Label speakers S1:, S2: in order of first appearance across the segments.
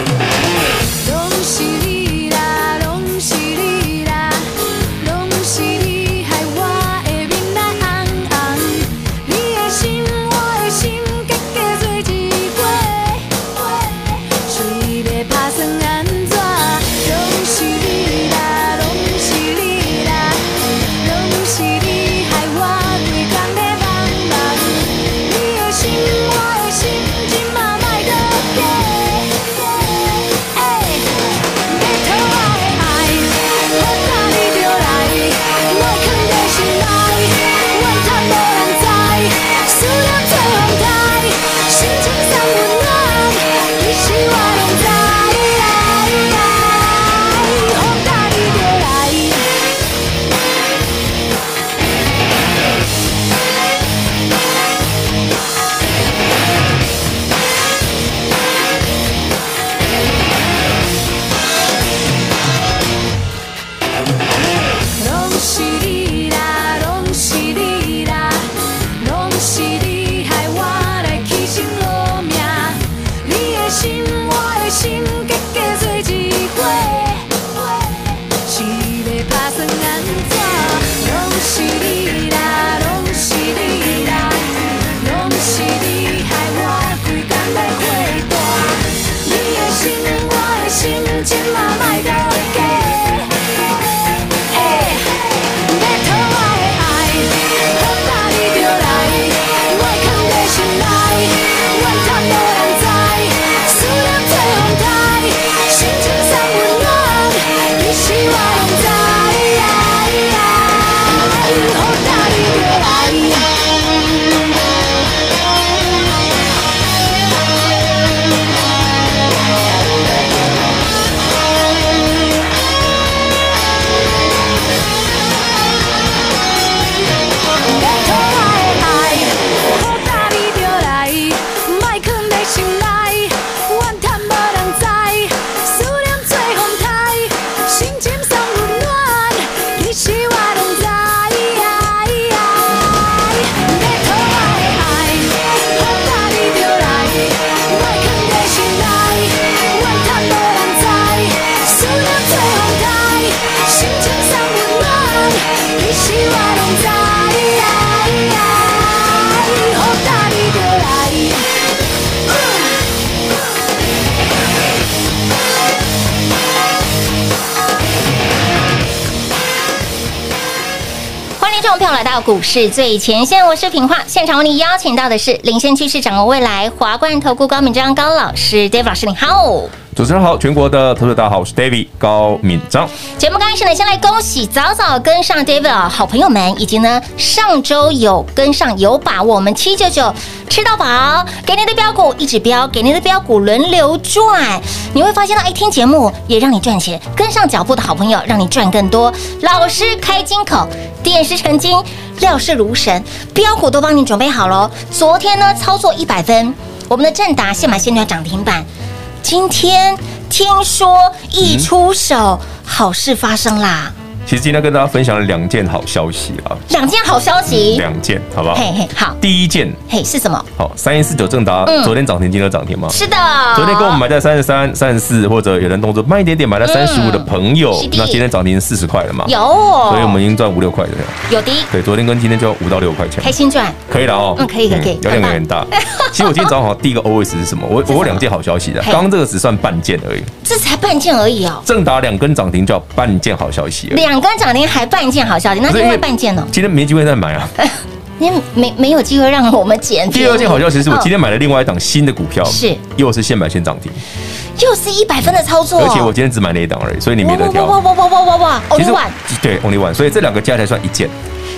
S1: 拢是你啦，拢是你啦，拢是你害我的面来红红。你的心，我的心，结结做一伙，水要打算安怎？拢是你啦，拢是你啦，拢是你害我规天在梦梦。你的心，我的心，今嘛莫搁假。哎，白头爱爱，我早你就来，莫藏在心内，怨叹无人知，思念做风台，心情送温暖，你是我拢知。我早你就来。拢是你啦，拢是你啦，拢是你害我来起心落命。你的心，我的心，结结做一伙，是要打算安怎？拢是你啦，拢是你啦，拢是你害我规天在悔大。你的心，我的心，今嘛莫搁假。哎，白头我的爱，我早你就来，莫藏在心内，怨叹无人知，思念做风台，心情送温暖，你是我拢知，我早你就来。白头我的爱，好早你就来，莫藏在心内，怨叹无人知，思念做风台，心情送温暖，其实我拢知。白头我的爱，好早你就来，莫藏在心内，怨叹无人知，思念做风台，心情送温暖，其实我拢知。好早你就来。
S2: 欢迎听众朋友来到股市最前线，我是品化。现场为您邀请到的是领先趋势、掌握未来华冠投顾高敏章高老师，Dave 老师，你好。
S3: 主持人好，全国的投资者大家好，我是 David 高敏章。
S2: 节目刚开始呢，先来恭喜早早跟上 David 的好朋友们，以及呢上周有跟上有把握，我们七九九吃到饱，给您的标股一指标，给您的标股轮流转，你会发现到，哎，听节目也让你赚钱，跟上脚步的好朋友让你赚更多。老师开金口，点石成金，料事如神，标股都帮你准备好喽。昨天呢操作一百分，我们的正达现买现赚涨停板。今天听说一出手，好事发生啦！
S3: 其实今天跟大家分享了两件好消息啊，
S2: 两件好消息，
S3: 两件好不好？
S2: 嘿嘿，好，
S3: 第一件，
S2: 嘿是什么？
S3: 好，三一四九正达
S2: 嗯，啊
S3: 昨天涨停，今天涨停吗？
S2: 是的，
S3: 昨天跟我们买在三十三、三十四，或者有人动作慢一点点买在三十五的朋友
S2: 嗯是，的
S3: 那今天涨停四十块了嘛？
S2: 有哦，
S3: 所以我们已经赚五六块了。
S2: 有的
S3: 对，昨天跟今天就五到六块钱
S2: 开，心赚，
S3: 可以了哦。
S2: 嗯可以可以可以
S3: 有两个人大。 其实我今天早上好像第一个 OS 是什么？我我有两件好消息的，
S2: 嘿
S3: 刚刚这个只算半件而已。
S2: 这才半件而已哦，
S3: 正达两根涨停叫半件好消息而已。
S2: 两根涨停还半件好消息，那
S3: 不是
S2: 另
S3: 因
S2: 外
S3: 为
S2: 半件哦，
S3: 今天没机会再 买啊。
S2: 您没没有机会让我们捡便宜。
S3: 第二件好消息是我今
S2: 天
S3: 天买了另外一档新的股票，
S2: 是
S3: 又是现买现涨停，
S2: 又是一百分的操作哦，
S3: 而且我今天只买那一档而已，所以你没得
S2: 哇
S3: 挑。
S2: 哇哇哇哇哇哇哇哇，嗯
S3: 其实
S2: 欧万
S3: 对 only one，所以这两个加起来算一件，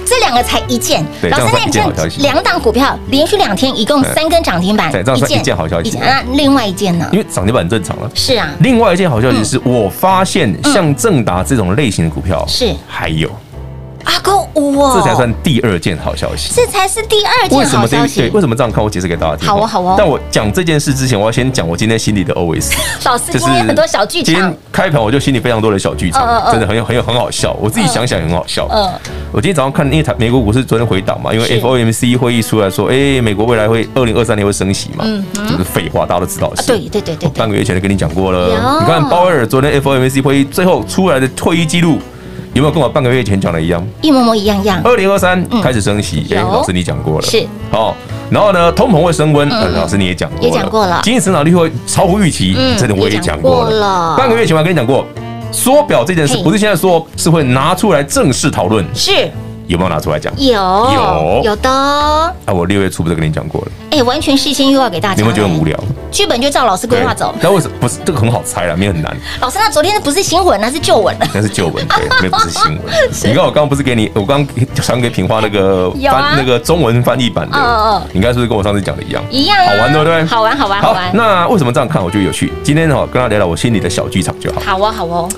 S2: 这两个才一件。
S3: 对
S2: 老师
S3: 这样才，一件好
S2: 那
S3: 消
S2: 你
S3: 息
S2: 两档股票连续两天，一共
S3: 嗯
S2: 三根涨停板，
S3: 对这样算一件好消息
S2: 一件那另外一件呢
S3: 因？为涨停板很正常了。
S2: 是啊，
S3: 另外一件好消息是，
S2: 嗯
S3: 我发现像正达这种类型的股票
S2: 是
S3: 还有，
S2: 阿公五哦，
S3: 这才算第二件好消息。
S2: 这才是第二
S3: 为
S2: 件
S3: 什么
S2: 好
S3: 这
S2: 消
S3: 对？
S2: 息
S3: 为。什么这样看？我解释给大家听。
S2: 好哦好哦
S3: 但我讲这件事之前，我要先讲我今天心里的 OS，
S2: 老师今天很多小剧
S3: 今天
S2: 场，
S3: 开盘我就心里非常多的小剧场
S2: 嗯嗯，嗯
S3: 真的很有很有很好笑。我自己想想也很好笑。
S2: 嗯
S3: 我今天早上看，因为台美国股市昨天回档嘛，因为
S2: 是
S3: FOMC 会议出来说，哎，美国未来会二零二三年会升息嘛，这是废话，大家都知道的
S2: 嗯啊
S3: 事。
S2: 对对对对
S3: 我
S2: 对，
S3: 半个月前就跟你讲过了
S2: 有。
S3: 你看鲍威尔昨天 FOMC 会议最后出来的会议记录，有没有跟我半个月前讲的一样？
S2: 一模模一样样，
S3: 二零二三
S2: 嗯
S3: 开始升息，
S2: 有
S3: 哎，老师你讲过了，
S2: 是嗯
S3: 哦。然后呢，通膨会升温，呃老师你也讲过了，
S2: 也讲过了
S3: 经济成长率会超乎预期
S2: 嗯，
S3: 这个我也
S2: 也讲
S3: 讲过
S2: 过了
S3: 了。半个月前我还跟你讲过，缩表这件事
S2: 嘿
S3: 不是现在说，是会拿出来正式讨论，
S2: 是
S3: 有没有拿出来讲？
S2: 有
S3: 有
S2: 有的哦，
S3: 啊，我六月初不是跟你讲过了，
S2: 哎，完全事先又要给大
S3: 你
S2: 家，哎
S3: 有没有觉得很无？聊？
S2: 剧本就照老师规划走
S3: 对。但为什么不是这个很好猜啦，没有很难。
S2: 老师，那昨天的不是新闻，那是旧闻了。
S3: 那是旧 闻，对，那不是新闻。你看我刚刚不是给你，我刚刚传给平花那个
S2: 有啊
S3: 翻那个中文翻译版
S2: 嗯嗯嗯
S3: 的，你刚才是不是跟我上次讲的一样？
S2: 一样啊
S3: 好玩对不对
S2: 好玩，好玩，好
S3: 好
S2: 玩，。
S3: 那为什么这样看我觉得有趣？今天哈跟大家聊聊我心里的小剧场就好。
S2: 好哦，好哦，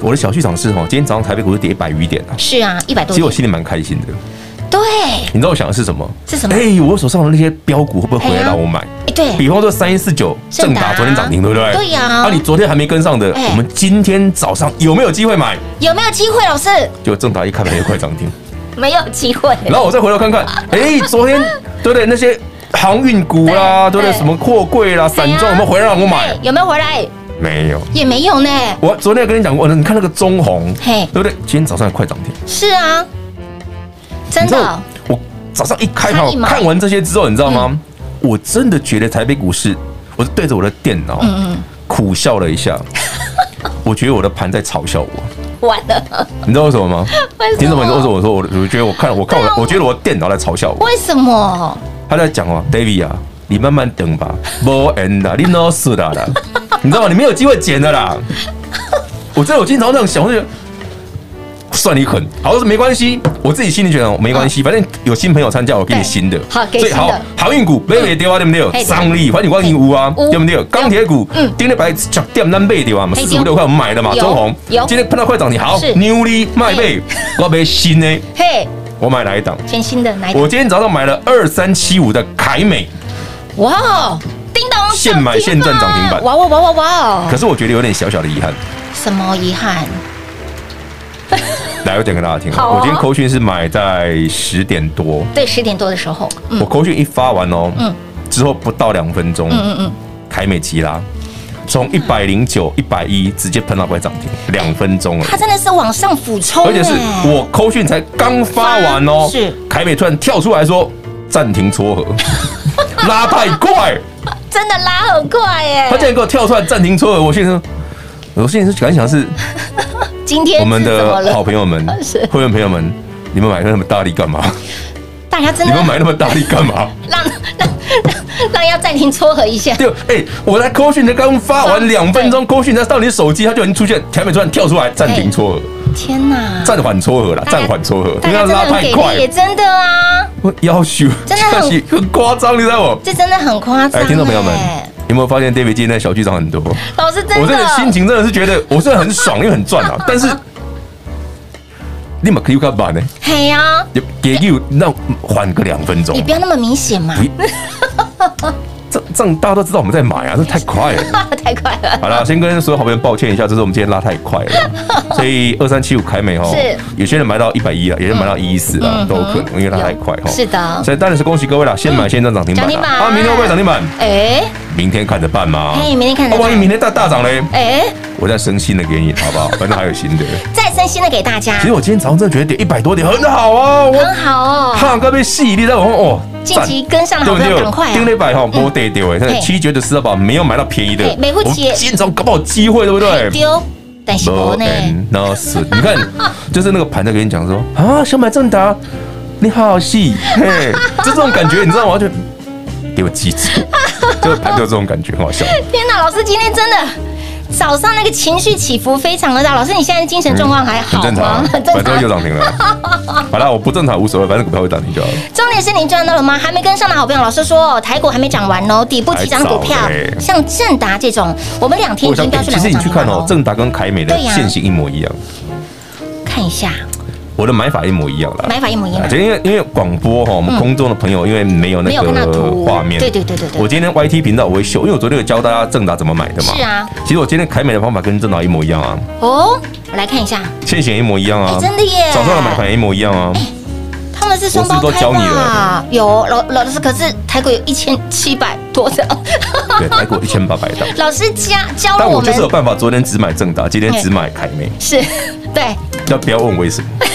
S3: 我的小剧场是哈，今天早上台北股市跌一百余点啊，
S2: 是啊，一百
S3: 其
S2: 多
S3: 实我
S2: 点，
S3: 心里蛮开心的。
S2: 对，
S3: 你知道我想的是什么？
S2: 是什么
S3: 哎，我手上的那些标股会不会回
S2: 哎
S3: 来
S2: 呀
S3: 让我买？
S2: 哎对，
S3: 比方说三一四九
S2: 正
S3: 正
S2: 达
S3: 达昨天涨停，对不对？
S2: 对呀
S3: 啊，你昨天还没跟上的，
S2: 哎
S3: 我们今天早上有没有机会买？
S2: 有没有机会？老师
S3: 就正达一开盘就 快涨停。
S2: 没有机会，
S3: 然后我再回头看看， 哎、昨天对不对？那些航运股啦，
S2: 对
S3: 对不
S2: 对
S3: 对？什么货柜啦、散装，有没有回来让我买
S2: 对？有没有回来？
S3: 没有。
S2: 也没有呢。
S3: 我昨天有跟你讲过，你看那个中红，
S2: 嘿
S3: 对不对？今天早上也快涨停，
S2: 是啊，真
S3: 你知道
S2: 的，哦
S3: 我早上一开盘
S2: 差一毛嗯
S3: 看完这些之后，你知道吗？我真的觉得台北股市，我是对着我的电脑，
S2: 嗯
S3: 苦笑了 一下。我觉得我的盘在嘲笑我，
S2: 完了，
S3: 你知道为什么吗？
S2: 为
S3: 你
S2: 什
S3: 怎
S2: 么？啊
S3: 么？为什么？我说我，我觉得我看，我看我的，我觉得我的电脑在嘲笑我。
S2: 为什么？
S3: 他在讲哦，David 啊，你慢慢等吧，无end 啦，你 no 死啦啦，你知道吗？你没有机会捡的啦。我真的，我经常这样想，我就觉得算你狠。好，我说没关系，我自己心里觉得没关系，反正有新朋友参加，我给你新的。
S2: 好给
S3: 所以
S2: 新的嗯
S3: 好航运股没有跌啊，对不
S2: 嘿
S3: 对？张力，反正万零五啊，
S2: 有
S3: 对不对？钢铁股
S2: 嗯，
S3: 今天白九点三倍对吧？
S2: 嘿
S3: 四十五六块我们买的嘛，
S2: 有
S3: 中红
S2: 有
S3: 今天碰到快涨停，好
S2: 是，
S3: 牛力卖倍，我买新的，
S2: 嘿，
S3: 我买哪一档？
S2: 全新的哪一档
S3: 我今天早上买了二三七五的凯美，
S2: 哇哦，叮咚，
S3: 现买现赚涨停板
S2: 哇哇哇哇哇哦！
S3: 可是我觉得有点小小的遗憾，
S2: 什么遗憾？
S3: 来，我讲给大家听啊。
S2: 好啊
S3: 我今天扣讯是买在十点多，
S2: 对，十点多的时候，嗯
S3: 我扣讯一发完哦，
S2: 嗯
S3: 之后不到两分钟，
S2: 嗯嗯嗯，
S3: 凯美吉拉从一百零九、一百一直接喷到快涨停，两分钟了
S2: 它。真的是往上俯冲，
S3: 而且是
S2: 哎
S3: 我扣讯才刚发完哦，
S2: 是
S3: 凯美突然跳出来说暂停 撮合，拉太
S2: 哎
S3: 快，
S2: 真的拉很快耶
S3: 他！竟然给我跳出来暂停撮合，我心里说，我心里是感想是，
S2: 今天
S3: 我们
S2: 是怎么
S3: 的
S2: 了
S3: 好朋友们
S2: 是、
S3: 会员朋友们，你们买那么大力干嘛？
S2: 大家 真
S3: 你
S2: 的
S3: 们买那么大力干 嘛？
S2: 让让让让要暂停撮合一下，
S3: 对，哎、我在扣讯才刚发完两分钟，扣讯它到你手机，它就已经出现，前面突然跳出来暂停撮合，
S2: 天哪！
S3: 暂缓撮合啦，
S2: 哎大家
S3: 暂缓撮合，
S2: 大家真的很给力耶，真的啊，
S3: 我要求
S2: 真的很
S3: 要求很夸张，你知道我？
S2: 这真的很夸张。
S3: 哎，听众朋友们，有没有发现 David 今天的小剧场很多？
S2: 老师真
S3: 我真
S2: 的
S3: 的心情真的是觉得，我真的很爽，因为很赚 啊，但是。立马 Q 卡版呢，
S2: 嘿呀、
S3: 也也有让缓个两分钟
S2: 你。不要那么明显嘛，
S3: 这这样大家都知道我们在买啊，这太快了。
S2: 太快了。
S3: 好啦，先跟所有好朋友抱歉一下，这是我们今天拉太快 了，所以二三七五凯美哈
S2: 是，嗯
S3: 有些人买到一百一了，啊有些人买到一一四了，都有可能，因为拉太快哈。
S2: 是的
S3: 所以当然是恭喜各位啦，先买先赚涨停板
S2: 涨停
S3: 啦
S2: 板
S3: 啊，明天会不会涨停板？
S2: 哎
S3: 明天看着办嘛。
S2: 嘿，明天看
S3: 啊
S2: 得到
S3: 万一明天大大涨嘞，
S2: 哎、
S3: 我再升新的给你，好不好？反正还有新的。
S2: 再生新的给大家
S3: 其，实我今天早上真的觉得点一百多点很好啊，我
S2: 很好哦。
S3: 看各位吸引力在我哦，
S2: 近期跟上的
S3: 对
S2: 好
S3: 不
S2: 朋
S3: 对
S2: 友赶快、？啊嗯
S3: 丁，力百哈波跌掉哎，真的
S2: 嘿
S3: 七绝的四宝没有买到便宜的
S2: 嘿，每户企业
S3: 我今早搞不好机会，对不对？
S2: 丢，但是国内
S3: n o 死，你看，就是那个盘在跟你讲说啊，想买正达，你好细，嘿，就这种感觉，你知道吗？就 给我机智，这个盘就有这种感觉，很好笑。
S2: 天哪，老师今天真的早上那个情绪起伏非常的大。老师，你现在精神状况还好吗？
S3: 很正常 啊，
S2: 很
S3: 反正又涨停了。 好了，我不正常无所谓，反正股票会涨停就好了。
S2: 重点是您赚到了吗？还没跟上的好朋友，老师说台股还没涨完哦，底部几张股票
S3: 还早嘞，
S2: 像正达这种，我们两天
S3: 我
S2: 已
S3: 想
S2: 经，标
S3: 哎
S2: 出
S3: 其
S2: 两
S3: 实
S2: 个
S3: 你
S2: 涨
S3: 去
S2: 停
S3: 看
S2: 板
S3: 哦
S2: 哦，。
S3: 正达跟凯美的
S2: 对呀
S3: 线型一模一样，
S2: 看一下，
S3: 我的买法一模一样了。
S2: 买法一模一样
S3: 啊，就因为因为广播哈，我们空中的朋友因为没有那
S2: 嗯没有看到
S3: 个
S2: 图
S3: 画面，
S2: 对对对对对
S3: 我今天 YT 频道我会秀，因为我昨天有教大家正达怎么买的嘛。
S2: 是啊。
S3: 其实我今天凯美的方法跟正达一模一样啊，
S2: 哦，我来看一下，
S3: 现行一模一样啊
S2: 哎，，真的耶！哎
S3: 早上的买盘一模一样啊。
S2: 他们是双胞
S3: 我是不
S2: 胎
S3: 是都教你
S2: 吧
S3: 了？
S2: 有老老师，可是台股有一千七百多张，
S3: 对，台股一千八百档。
S2: 老师教教了
S3: 但
S2: 我
S3: 我
S2: 们哎
S3: 就是有办法，昨天只买正达，今天只买凯美，
S2: 是对，
S3: 要不要问为 什么？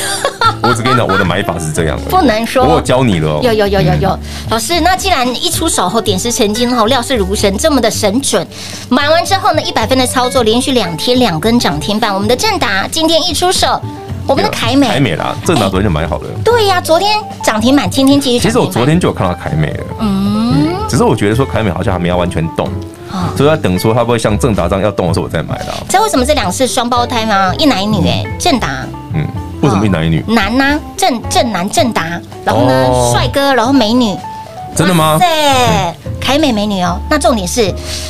S3: 我只跟你讲，我的买法是这样的，
S2: 不能说
S3: 我有教你了哦，
S2: 有有有有有，老师，那既然一出手后点石成金后料事如神，这么的神准，买完之后呢，一百分的操作，连续两天两根涨停板，我们的正达今天一出手，我
S3: 对
S2: 们
S3: 啊，
S2: 的凯美，哎
S3: 凯美啦，正达昨天就买好了。
S2: 对呀、昨天涨停板，今天继续
S3: 其
S2: 涨
S3: 实我
S2: 停
S3: 昨
S2: 板。
S3: 天就有看到凯美了，
S2: 嗯，
S3: 只是我觉得说凯美好像还没要完全动，
S2: 哦
S3: 所以要等说它不会像正达这样要动的时候我再买啦。
S2: 知道为什么这两个是双胞胎吗？一男一女、哎，正达
S3: 嗯，为什么一男一女？
S2: 男呐、正正男正达，然后呢，
S3: 哦
S2: 帅哥，然后美女，
S3: 真的吗
S2: 哇？塞，凯美美女哦。那重点是，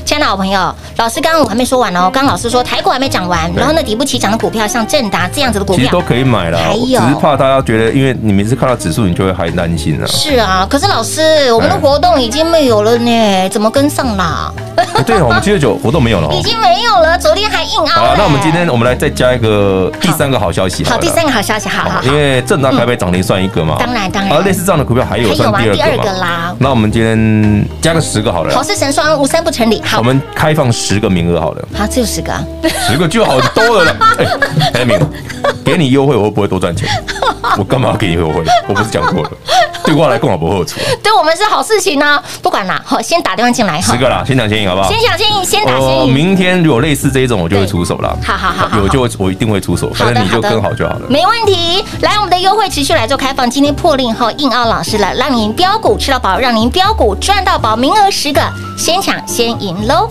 S2: 亲爱的好朋友，老师刚刚我还没说完哦，刚刚老师说台股还没涨完，
S3: 嗯对
S2: 然后呢，底部起涨的股票，像正达这样子的股
S3: 其实
S2: 票
S3: 都。可以买啦，
S2: 还有
S3: 我只是怕大家觉得，因为你每次看到指数，你就会还担心啊。
S2: 是啊，可是老师，我们的
S3: 哎
S2: 活动已经没有了呢，怎么跟上啦？
S3: 哎对哦，我们七月九活动没有了哦
S2: 已。经没有了，昨天还硬凹
S3: 好了
S2: 嘞，
S3: 那我们今天我们来再加一个第三个好消息了。
S2: 好第三个好消息，好好好
S3: 因，为正达台北涨停算一个嘛，
S2: 当然当然
S3: 而哦类似这样的股票还有算
S2: 还
S3: 第
S2: 有
S3: 二
S2: 啊
S3: 个嘛，
S2: 第二个啦
S3: 那我们今天加个十个好了啦
S2: 好，事成双，无三不成礼。好
S3: 我，们开放十个名额好了，
S2: 好，只有十个 啊，
S3: 十个就好 多了啦。哎，哎，明，给你优惠我会不会多赚钱？我干嘛要给你优惠？我不是讲过了，对我来讲我不后处。啊
S2: 对我们是好事情呢。不管啦，好，先打电话进来哈
S3: 十，个啦，先讲先赢好不好？
S2: 先想先赢，先打先
S3: 哦
S2: 赢。
S3: 明天如果类似这一种，我就会出手啦。
S2: 好好好好
S3: 有就会我一定会出手，
S2: 好的
S3: 反正你就
S2: 好的
S3: 跟好就好了。
S2: 没问题，来我们的优惠持续来做开放，今天破令后，硬凹老师了，让您标股吃到饱，让您标股赚到饱，名额十个，先抢先赢喽！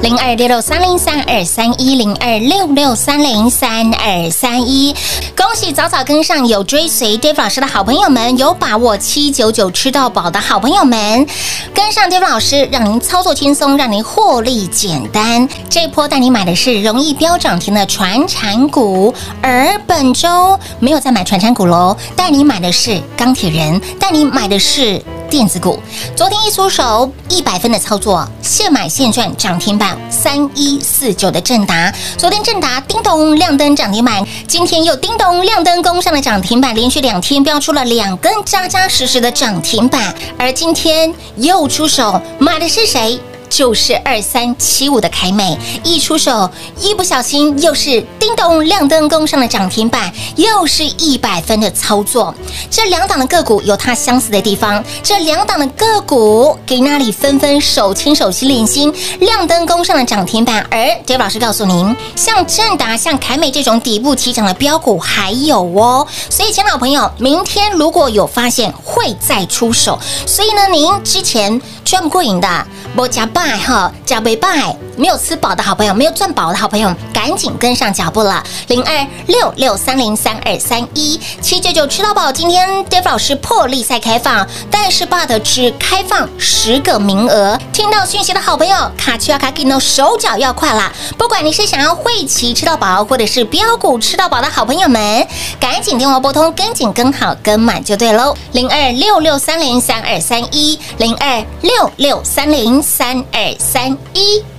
S2: 零二六六三零三二三一零二六六三零三二三一，恭喜早早跟上有追随 Dave 老师的好朋友们，有把握七九九吃到饱的好朋友们，跟上 Dave 老师，让您操作轻松，让您获利简单。这一波带你买的是容易飙涨停的传产股，而本周没有再买传产股喽，带你买的是钢铁人，带你买的是。电子股，昨天一出手一百分的操作，现买现赚涨停板三一四九的正达，昨天正达叮咚亮灯涨停板，今天又叮咚亮灯攻上了涨停板，连续两天标出了两根扎扎实实的涨停板，而今天又出手买的是谁？就是二三七五的凯美，一出手，一不小心又是叮咚亮灯攻上了涨停板，又是一百分的操作。这两档的个股有它相似的地方，这两档的个股给那里纷纷手牵手心连心，亮灯攻上了涨停板。而 Dave 老师告诉您，像正达、像凯美这种底部起涨的标股还有哦。所以，亲爱的朋友，明天如果有发现，会再出手。所以呢，您之前赚不过瘾的，不加拜哈，加倍拜，没有吃饱的好朋友，没有赚饱的好朋友，赶紧跟上脚步了。零二六六三零三二三一七九九吃到饱，今天 Dave 老师破例赛开放，但是 But 只开放十个名额。听到讯息的好朋友，卡丘啊卡吉诺手脚要快啦！不管你是想要汇齐吃到饱，或者是标股吃到饱的好朋友们，赶紧电话拨通，跟紧跟好跟满就对喽。零二六六三零三二三一零二六六三零三二三一。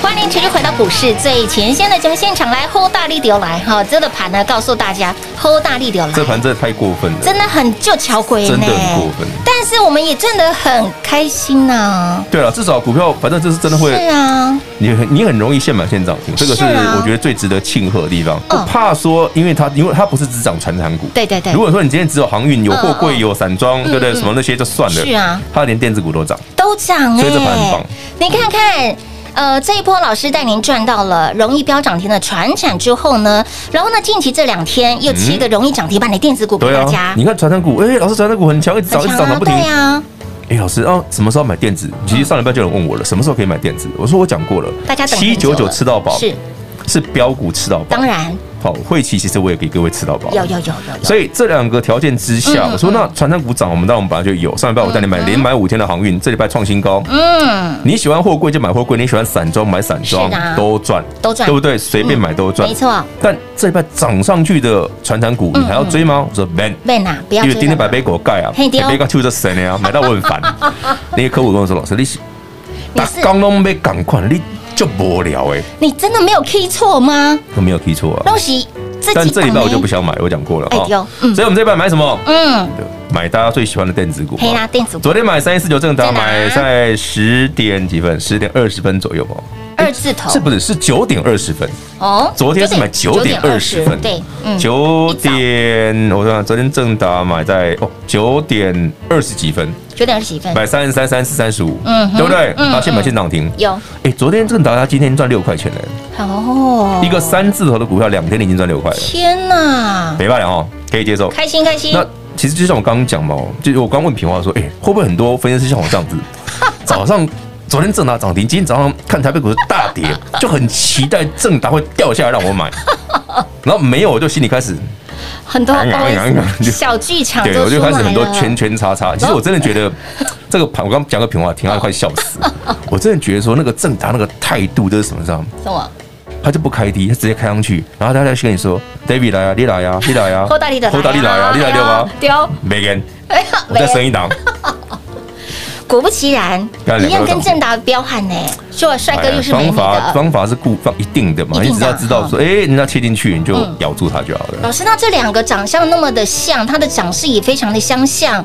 S2: 欢迎持续回到股市最前线的节目现场来 hold 大力流来哈，这个盘呢告诉大家 hold 大力流哦来，
S3: 这盘真的太过分了，
S2: 真的很就桥鬼呢，
S3: 真的很过分。
S2: 但是我们也赚得很开心呐、
S3: 对了，至少股票反正这是真的
S2: 是
S3: 会，
S2: 啊，
S3: 你很你很容易现买现涨停，这个是
S2: 是啊
S3: 我觉得最值得庆贺的地方。
S2: 嗯
S3: 我怕说，因为它因为它不是只涨传产股，
S2: 对对对
S3: 如，果说你今天只有航运、有货
S2: 嗯
S3: 柜、
S2: 嗯
S3: 有散装，对不对？什么那些就算了，
S2: 是啊，
S3: 它连电子股都涨。
S2: 都涨哎、
S3: 所以这盘很棒
S2: 你看看。呃，这一波老师带您赚到了容易飙涨停的船产之后呢，然后呢，近期这两天又七个容易涨停板的电子股给
S3: 嗯对
S2: 大
S3: 啊
S2: 家，，
S3: 你看传产股，哎，老师传产股很强，一直
S2: 很
S3: 涨，一直
S2: 强
S3: 涨，
S2: 啊
S3: 涨，不停
S2: 对。啊，
S3: 哎，老师，哦，什么时候买电子？其实上礼拜就有人问我了，什么时候可以买电子？我说我讲过了，
S2: 大家等很
S3: 七
S2: 久
S3: 九
S2: 了
S3: 九吃到饱
S2: 是
S3: 是标股吃到饱，
S2: 当然
S3: 好，晦气其实我也给各位吃到饱，
S2: 有有有有有，
S3: 所以这两个条件之下，
S2: 嗯
S3: 我说那传统股涨，我们当然我们本来就有。上礼拜我带你买连买五天的航运，这礼拜创新高。
S2: 嗯，
S3: 你喜欢货柜就买货柜，你喜欢散装买散装
S2: 是的啊，
S3: 都赚，
S2: 都赚
S3: 对不对？随便买都赚。
S2: 没。错
S3: 但这礼拜涨上去的传产股，你还要追吗？我说 man。
S2: ，Ben 啊，嗯不要追
S3: 因为
S2: 了
S3: 今天把杯狗盖啊，
S2: 嘿对哦
S3: 杯狗抽这神呀，买到我很 烦。那些客户跟我说，老师，你是
S2: 你
S3: 打
S2: 是
S3: 刚拢被赶快，你就无聊哎，
S2: 你真的没有 key 错吗？
S3: 我没有提错啊。
S2: 恭喜自己
S3: 但这礼拜
S2: 榜
S3: 我就
S2: 哎
S3: 不想买，我讲过了
S2: 哎呦
S3: 哈。
S2: 嗯
S3: 所以我们这礼拜买什么？
S2: 嗯，
S3: 买大家最喜欢的电子股嘛。
S2: 黑啦，电子股
S3: 昨天买三一四九正达，
S2: 在哪
S3: 买在十点几分，十点二十分左右吧。
S2: 二字头
S3: 是不是是九点二十分？
S2: 哦，
S3: 昨天是买九点二十分，
S2: 对，嗯，
S3: 九
S2: 一
S3: 点我想昨天正达买在哦九点二十几分，
S2: 九点二十几分，
S3: 买三十三、三四、三十五，
S2: 嗯哼
S3: 对不对？
S2: 嗯
S3: 然后先买现涨停。
S2: 有
S3: 哎，昨天正达它今天赚六块钱了，
S2: 哦，
S3: 一个三字头的股票两天已经赚六块了，
S2: 天呐，
S3: 没办法哦，可以接受。
S2: 开心开心，
S3: 那其实就像我刚刚讲嘛，就是我刚问平话说，哎、会不会很多分析师像我 这样子，早上昨天正达涨停，今天早上看台北股市大跌，就很期待正达会掉下来让我买，然后没有我就心 里开始，
S2: 很多
S3: 哎呀哎呀哎呀
S2: OS
S3: 就
S2: 小剧场
S3: 对，
S2: 都
S3: 我
S2: 出
S3: 就
S2: 来
S3: 开始很多
S2: 了
S3: 圈圈叉叉。其实我真的觉得 这个盘，我刚讲个平话，听到快笑死，我真的觉得说那个正达那个态度这是什么知道吗？
S2: 什么？
S3: 他就不开低，他直接开上去，然后大家就跟你说，David 来啊，你来啊，你来啊，
S2: 后大力的
S3: 后大力来啊，你来六啊，
S2: 哎丢，
S3: 没人，
S2: 哎呀，
S3: 我再
S2: 没
S3: 升一档。
S2: 果不其然
S3: 刚，才
S2: 一样
S3: 两个
S2: 跟
S3: 都涨哎
S2: 正达彪悍呢，说帅哥又是美女
S3: 方法
S2: 的。
S3: 方法是固方一定的嘛，
S2: 一定的嗯
S3: 你只要知道说，哎、人家切进去，你就咬住它就好了。
S2: 老师，那这两个长相那么的像，他的长势也非常的相像，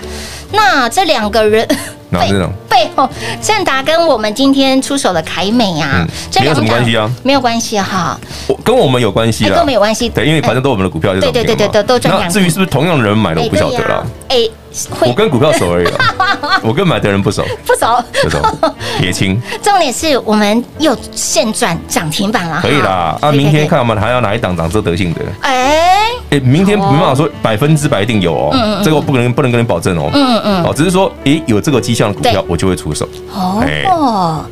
S2: 那这两个人
S3: 哪
S2: 背
S3: 这种
S2: 背后，正达跟我们今天出手的凯美啊
S3: 嗯，
S2: 这两
S3: 没有什么
S2: 档
S3: 关系啊，
S2: 没有关系哈，
S3: 我跟我们有关系
S2: 哎，
S3: 啦，
S2: 跟我们有关系，
S3: 对，因为反正都我们的股票就
S2: 对
S3: 涨
S2: 对
S3: 停了嘛
S2: 对对对都赚两
S3: 那至于是不是同样的人买的，
S2: 哎
S3: 我不晓得啦。。
S2: 对呀哎，会
S3: 我跟股票熟而已啦，我跟买的人不熟，
S2: 不走，
S3: 不 熟，撇清
S2: 重点是我们又现赚涨停板了哈，
S3: 可以啦。啊，
S2: 对
S3: 明天。
S2: 对对
S3: 看我们还要哪一档涨这德性的？
S2: 哎，
S3: 哎，明天没办法说百分之百一定有哦，这个我不可能不能跟你保证哦。
S2: 嗯嗯，
S3: 哦，只是说，哎，有这个迹象的股票
S2: 对，
S3: 我就会出手。哎
S2: 哦。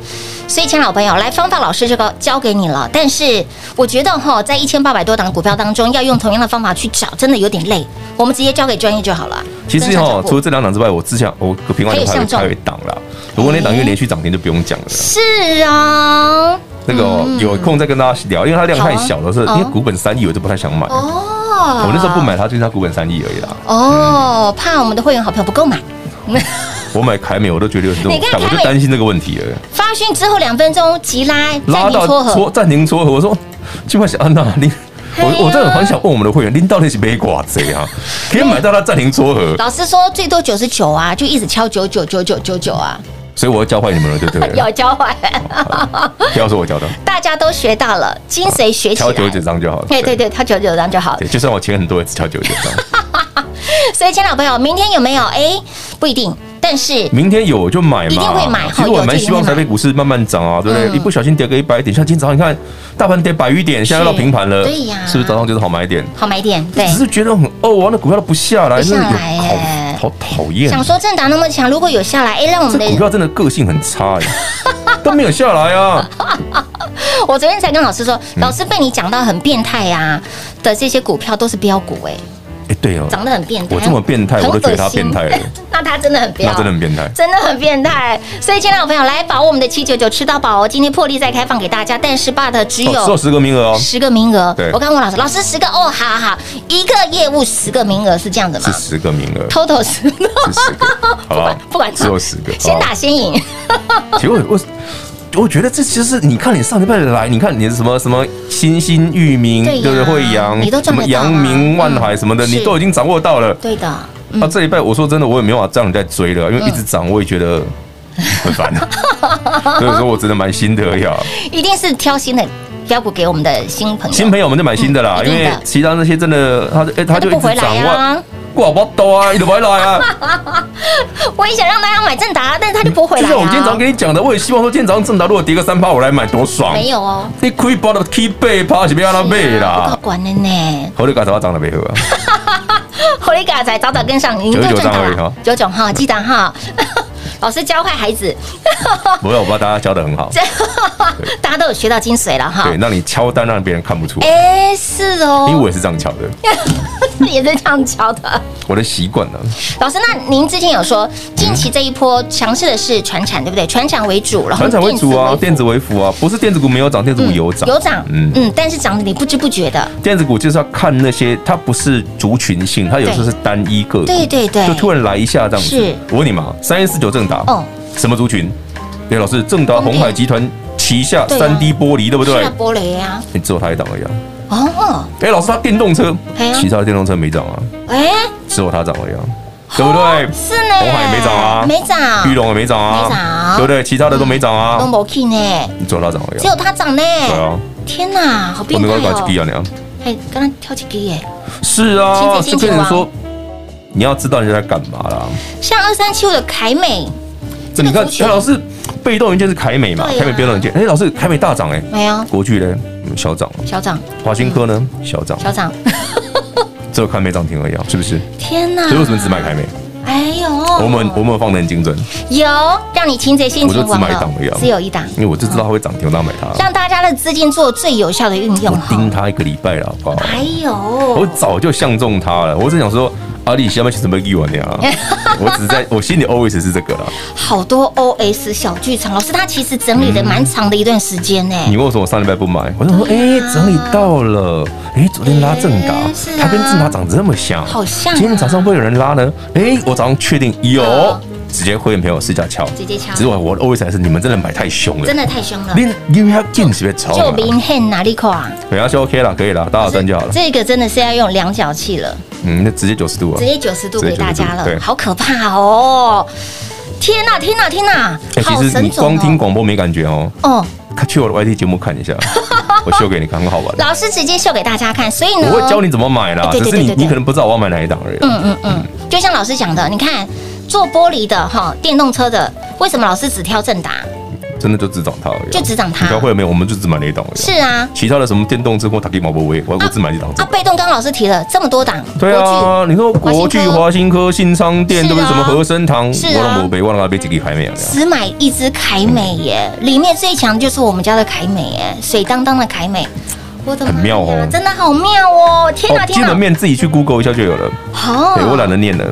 S2: 所以，亲爱的老朋友，来方法老师这个教给你了，但是我觉得哈、在一千八百多档股票当中，要用同样的方法去找，真的有点累。我们直接交给专业就好了。
S3: 其实
S2: 跟上脚
S3: 哈，
S2: 步
S3: 除了这两档之外，我之前我平安
S2: 还有
S3: 的还有
S2: 像这种
S3: 还有一档啦。不过那档因为连续涨停就不用讲了啦。
S2: 是啊，
S3: 那个哦有空再跟大家聊，因为它量太小了，是
S2: 好啊
S3: 因为股本三亿，我就不太想买。我
S2: 哦，
S3: 那时候不买它，就是它股本三亿而已啦。
S2: 哦，怕我们的会员好朋友不够买。
S3: 我买凯美，我都觉得有这种
S2: 你看，凯美
S3: 但我就担心这个问题了。
S2: 发讯之后两分钟急拉，暂
S3: 拉
S2: 停
S3: 到
S2: 撮合，
S3: 戳暂停撮合，我说去买小安娜，你
S2: 嘿呀
S3: 我我真的很想问我们的会员，您到底是买寡 贼啊？可以买到它暂停撮合，
S2: 老师说最多九十九啊，就一直敲九九九九九九啊，
S3: 所以我要教坏你们了，对不对？啊
S2: 有 哎教坏，
S3: 不要说我教的，
S2: 大家都学到了，精髓学起
S3: 敲九
S2: 来
S3: 九。张就好了。
S2: 对啊对对，敲九九张就好了。
S3: 对，就算我钱很多，也只敲九九张。
S2: 所以，亲爱的朋友，明天有没有？哎，不一定，但是
S3: 明天有我就买嘛，
S2: 一定会买
S3: 其
S2: 好
S3: 实
S2: 有
S3: 我
S2: 就
S3: 蛮
S2: 一定
S3: 希望
S2: 会
S3: 台
S2: 买
S3: 北股市慢慢涨啊，对不
S2: 嗯
S3: 对？一不小心跌个一百点，像今早你看大盘跌百余点，现在到
S2: 是
S3: 平盘了，
S2: 对呀
S3: 是不是早上就是好买点？
S2: 好买点，对
S3: 只。是觉得很哦，完了股票都不下来，
S2: 不
S3: 真
S2: 下
S3: 的有
S2: 来耶
S3: 好好讨厌。
S2: 想说正达那么强，如果有下来，哎，让我们
S3: 这
S2: 的
S3: 股票真的个性很差哎， 都没有下来 啊。
S2: 我昨天才跟老师说，
S3: 嗯
S2: 老师被你讲到很变态啊的这些股票都是标股，哎，
S3: 哎，对哦，
S2: 长得很变态。
S3: 我这么变态，
S2: 很
S3: 我都觉得他
S2: 恶心
S3: 变态了，
S2: 那他真的很
S3: 那
S2: 彪，
S3: 真的很变态。
S2: 真的很变态。所以，亲爱的朋友，来把握我们的七九九吃到饱哦！今天破例再开放给大家，但是 but 只
S3: 哦，只有
S2: 有
S3: 十个名额哦，
S2: 十个名额
S3: 对。
S2: 我刚问老师，老师十个哦，好好好，一个业务十个名额是这样的吗
S3: 是哦十个名额，
S2: ？total 十个，
S3: 是十个，好不好？
S2: 不管
S3: 只有十个，
S2: 先
S3: 好
S2: 打先赢。
S3: 结果我我觉得这其实是你看你上礼拜来，你看你是什么什么新兴域名，
S2: 对呀
S3: 对不对？惠阳，
S2: 你都
S3: 什
S2: 赚
S3: 么
S2: 得到啊
S3: 阳明、万海
S2: 嗯
S3: 什么的，
S2: 是
S3: 你都已经掌握到了。
S2: 对嗯的，
S3: 那这礼拜我说真的，我也没办法这样再追了，因为一直涨，我也觉得很烦。啊所以说我只能买新的啊 呀，
S2: 一定是挑新的标股给我们的新朋友。
S3: 新朋友们就买新的啦，
S2: 嗯一
S3: 因
S2: 定的
S3: 为其他那些真的，他哎
S2: 他
S3: 他
S2: 就
S3: 就
S2: 不
S3: 一直
S2: 回
S3: 涨
S2: 来
S3: 哇，
S2: 啊！
S3: 哇我抖啊，你都不回来 啊，
S2: 我也想让大家买正达，但是他就不回
S3: 就
S2: 来
S3: 像我今天早上
S2: 啊。
S3: 跟你讲的，我也希望说今天早上正达如果跌个三趴，我来买多爽。
S2: 没有哦，
S3: 你亏包的 key 背趴是不要让他背
S2: 不
S3: 啦
S2: 可。管的呢。
S3: 好，你搞什么涨了没有 啊？
S2: 火力嘎仔早早跟上，您就
S3: 九九
S2: 赚到
S3: 张而已哈
S2: 了。啊九九哈，记得哈。 老师教坏孩子，啊
S3: 没啊有，我把大家教的很好，
S2: 大家都有学到精髓了哈
S3: 对，。让你敲单让别人看不出，
S2: 哎，是哦，
S3: 因为我也是这样敲的，
S2: 也是这样教的。
S3: 我的习惯了。啊
S2: 老师，那您之前有说，近期这一波强势的是船产，对不对？船产为主，然后
S3: 船产为主啊，电
S2: 电
S3: 子
S2: 子
S3: 为辅啊，不是电子股没有涨，电子股
S2: 嗯
S3: 有涨，
S2: 有涨，嗯
S3: 嗯，
S2: 嗯，但是涨得你不知不觉的，
S3: 电子股就是要看那些，它不是族群性，它有时候是单一个股，
S2: 对对对
S3: 就突然来一下这样子
S2: 是。
S3: 我问你嘛，三一四九正达
S2: 哦，
S3: 什么族群？对，老师，正达
S2: 光
S3: 红
S2: 电
S3: 海集团旗下
S2: 对啊
S3: 三 D 玻璃，对不
S2: 是
S3: 对
S2: 啊？波雷啊，
S3: 你只有它一档而已啊。
S2: 哦，
S3: 哎，老师，它电动车
S2: 哎，呀
S3: 其他的电动车没涨啊，
S2: 哎，哦
S3: 只有它涨而已啊，对不对？
S2: 是呢，
S3: 红海没涨啊
S2: 没涨，
S3: 玉龙也没涨啊，
S2: 没涨
S3: 对不对？其他的都没涨
S2: 都
S3: 啊，
S2: 没去呢，
S3: 你只有它涨而已
S2: 只
S3: 啊。
S2: 有它涨呢，
S3: 对啊，
S2: 天哪，好
S3: 我
S2: 变态
S3: 没办法
S2: 哦
S3: 去！啊你啊。
S2: 哎，刚刚跳起鸡耶，
S3: 是啊，
S2: 亲自
S3: 就
S2: 亲自
S3: 变成
S2: 王
S3: 说，你要知道人家在干嘛啦。
S2: 像二三七五的凯美
S3: 这你
S2: 这个
S3: 看，
S2: 族群
S3: 哎，老师，被动元件是凯美嘛？
S2: 对啊
S3: 凯美被动元件，哎，老师，凯美大涨哎，
S2: 没有
S3: 国巨呢嗯小涨，
S2: 小涨，
S3: 华新科呢小涨，
S2: 嗯小涨，
S3: 只有凯美涨停而已啊，是不是？
S2: 天哪！
S3: 所以为什么只买凯美？
S2: 哎呦，
S3: 我们我们放的很精准，
S2: 有让你擒贼先
S3: 我就
S2: 擒
S3: 只
S2: 王
S3: 买一档而已啊
S2: 了，只有一档，
S3: 因为我就知道它会涨停，我当然买它。
S2: 让大家的资金做最有效的运用
S3: 我
S2: 哈。
S3: 盯它一个礼拜了，好不好？
S2: 哎
S3: 我
S2: 呦，
S3: 早就相中它了，我只想说。阿里下面去准备一碗 呀，我只是在我心里 always 是这个啦。
S2: 好多 OS 小剧场，老师他其实整理的蛮长的一段时间呢。
S3: 你问我说我上礼拜不买，我就
S2: 嗯
S3: 说哎、整理到了，哎、昨天拉正达
S2: 哎是，啊
S3: 它跟正达长这么像，
S2: 好像啊
S3: 今天早上会有人拉呢，哎、我早上确定有
S2: 嗯，
S3: 直接会员朋友试驾敲，
S2: 直接敲
S3: 只是我我 always 还是你们真的买太凶了，
S2: 真的太凶了，
S3: 你你们要见识别吵
S2: 救
S3: 了，
S2: 兵恨哪里扣啊？
S3: 等下就 OK 了，可以了，打好针就好了，
S2: 这个真的是要用量角器了，
S3: 嗯，那直接九十度啊
S2: 直，接九十度
S3: 直
S2: 给
S3: 接
S2: 大家
S3: 90度对
S2: 了，好可怕哦！天哪，天哪，天哪
S3: 哎、！
S2: 好
S3: 其实
S2: 神
S3: 你光
S2: 准
S3: 听
S2: 哦！
S3: 广播没感觉哦，
S2: 哦，
S3: 去我的 YT 节目看 一下，我秀给你看，很好玩。
S2: 老师直接秀给大家看，所以呢，
S3: 我会教你怎么买啦，
S2: 嗯哎对
S3: 只
S2: 对
S3: 是你
S2: 对对对
S3: 你可能不知道我要买哪一档而已。
S2: 嗯嗯嗯，就像老师讲的，你看做玻璃的哈，电动车的，为什么老师只挑正达？
S3: 真的就只涨它而已啊，
S2: 就只涨它
S3: 你知道会有没有？我们就只买那一档而已啊。
S2: 是啊，
S3: 其他的什么电动车或打给毛不威，我我只买一档。
S2: 啊，被动刚老师提了这么多档，
S3: 对
S2: 国
S3: 啊，你说国
S2: 国
S3: 巨
S2: 巨、
S3: 华新科、信昌店，
S2: 是啊
S3: 对不对？什么和生堂，
S2: 是
S3: 我
S2: 啊
S3: 让我被忘了被几个还没有。
S2: 巨只买一支凯美耶，里面最强就是我们家的凯美耶，水当当的凯美。我的妈呀
S3: 很妙哦
S2: 真的好妙哦！天哪，嗯
S3: 基
S2: 天
S3: 本
S2: 哪，
S3: 面自己去 Google 一下就有了。
S2: 好
S3: 对，我懒得 念了。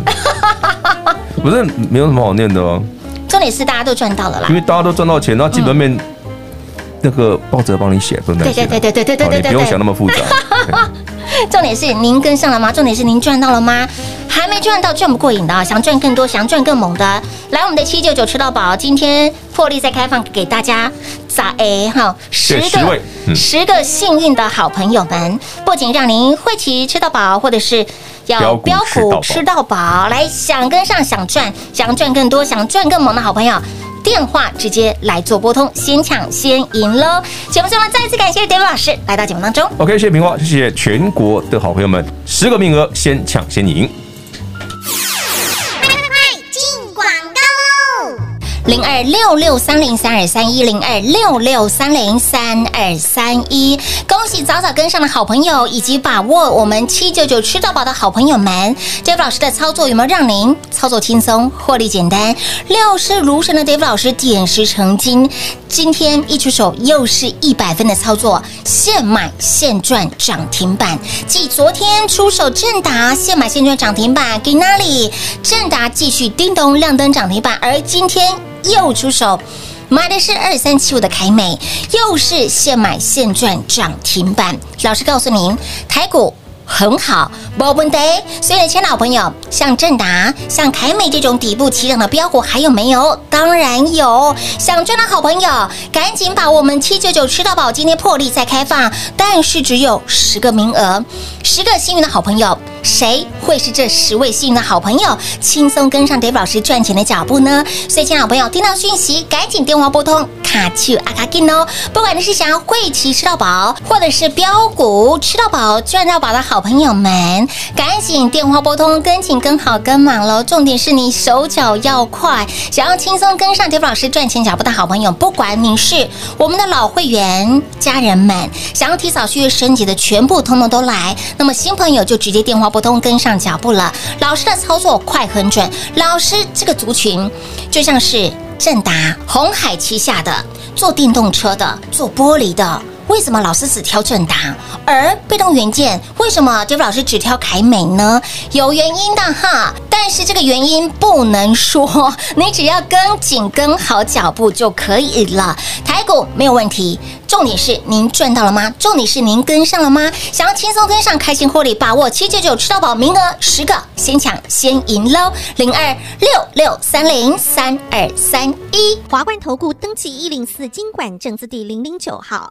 S3: 不是没有什么好念的哦，
S2: 重点是大家都赚到了啦
S3: 因。为大家都赚到钱，那基本面那个报纸帮你写，不用担
S2: 对
S3: 心
S2: 嗯对
S3: 啊。
S2: 对对对对对
S3: 好
S2: 对
S3: 你不用想
S2: 对
S3: 那么复杂。
S2: 重点是您跟上了吗？重点是您赚到了吗？还没赚到赚不过瘾的啊，想赚更多，想赚更猛的，来我们的七九九吃到饱，今天破例再开放给大家咋 A 哈十
S3: 对十
S2: 个
S3: 位嗯
S2: 十个幸运的好朋友们，不仅让您会骑吃到饱，或者是。要
S3: 标
S2: 标
S3: 股吃
S2: 股
S3: 到饱
S2: 吃到饱，来想跟上，想赚，想赚更多，想赚更猛的好朋友，电话直接来做拨通，先抢先赢喽！节目最后再次感谢 David 老师来到节目当中。
S3: OK，谢谢平话，谢谢全国的好朋友们，十个名额先抢先赢。
S2: 零二六六三零三二三一零二六六三零三二三一。恭喜早早跟上的好朋友，以及把握我们七九九吃到饱的好朋友们。Dave 老师的操作有没有让您操作轻松、获利简单？料事如神的 Dave 老师点石成金，今天一出手又是一百分的操作，现买现赚涨停板。继昨天出手正达现买现赚涨停板，给那里正达继续叮咚亮灯涨停板，而今天又出手。买的是二三七五的凯美，又是现买现赚涨停板。老师告诉您，台股很好，没问题。所以呢，亲爱的老朋友，像正达、像凯美这种底部起涨的标股还有没有？当然有。想赚的好朋友，赶紧把我们七九九吃到饱今天破例再开放，但是只有十个名额，十个幸运的好朋友，谁会是这十位幸运的好朋友，轻松跟上 Dave 老师赚钱的脚步呢？所以，亲爱的朋友，听到讯息赶紧电话拨通卡丘阿卡金哦。不管你是想要汇齐吃到饱，或者是标股吃到饱赚到饱的好朋友们，赶紧电话拨通，跟紧跟好跟满喽。重点是你手脚要快，想要轻松跟上 Dave 老师赚钱脚步的好朋友，不管你是我们的老会员家人们，想要提早续约升级的，全部通通都来。那么新朋友就直接电话拨通，跟上脚步了。老师的操作快很准，老师这个族群就像是正达、红海旗下的做电动车的、做玻璃的。为什么老师只挑正达，而被动元件为什么 Dave 老师只挑凯美呢？有原因的哈，但是这个原因不能说，你只要跟紧跟好脚步就可以了。台股没有问题，重点是您赚到了吗？重点是您跟上了吗？想要轻松跟上，开心获利，把握七九九吃到饱名额十个，先抢先赢喽！零二六六三零三二三一。
S4: 华冠投顾登记一零四经管证字第零零九号。